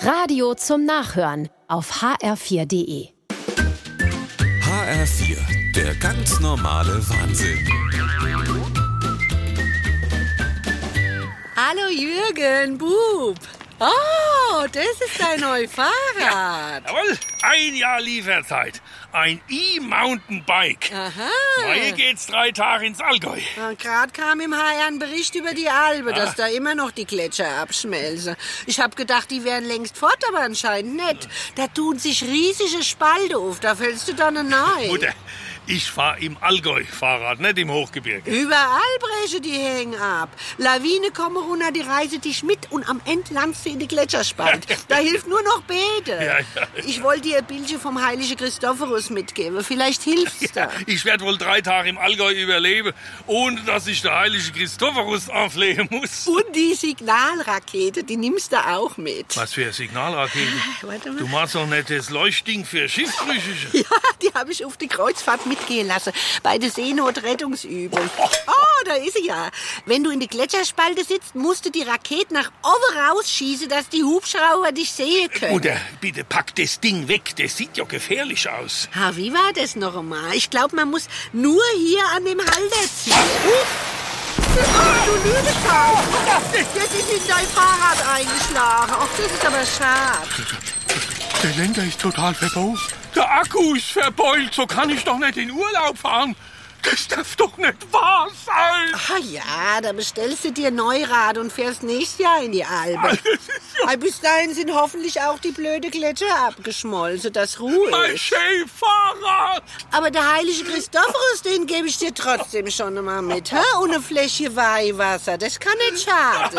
Radio zum Nachhören auf hr4.de. HR4, der ganz normale Wahnsinn. Hallo Jürgen, Bub. Oh, das ist dein neues Fahrrad. Jawohl, ein Jahr Lieferzeit. Ein E-Mountainbike. Aha. Heute geht's drei Tage ins Allgäu. Und Gerade kam im HR ein Bericht über die Albe, dass da immer noch die Gletscher abschmelzen. Ich hab gedacht, die wären längst fort, aber anscheinend nicht. Da tun sich riesige Spalte auf, da fällst du dann rein. Mutter, ich fahr im Allgäu Fahrrad, nicht im Hochgebirge. Überall brechen die hängen ab. Lawine kommen runter, die reißen dich mit und am Ende landest du in die Gletscherspalt. da hilft nur noch Bete. Ja, ja. Ich wollte dir ein Bildchen vom heiligen Christophorus mitgeben. Vielleicht hilft's da. Ich werde wohl drei Tage im Allgäu überleben, ohne dass ich der heilige Christophorus anflehen muss. Und die Signalrakete, die nimmst du auch mit. Was für eine Signalrakete. Warte mal. Du machst doch nicht das Leuchtding für Schiffbrüchige. Ja, die habe ich auf die Kreuzfahrt mitgehen lassen, bei der Seenotrettungsübung. Oh, da ist sie ja. Wenn du in die Gletscherspalte sitzt, musst du die Rakete nach oben rausschießen, dass die Hubschrauber dich sehen können. Mutter, bitte pack das Ding weg. Das sieht ja gefährlich aus. Ha, wie war das noch einmal? Ich glaube, man muss nur hier an dem Halter ziehen. Oh, du liebes Das ist in dein Fahrrad eingeschlagen. Ach, das ist aber schade. Der Lenker ist total verbaut. Der Akku ist verbeult, so kann ich doch nicht in Urlaub fahren. Das darf doch nicht wahr sein. Ah ja, da bestellst du dir Neurad und fährst nächstes Jahr in die Alpe. Ah, Bis dahin sind hoffentlich auch die blöde Gletscher abgeschmolzen, das Ruhe Mein ist. Skifahrrad. Aber der heilige Christophorus, den gebe ich dir trotzdem schon mal mit. Ha? Und eine Fläche Weihwasser, das kann nicht schaden.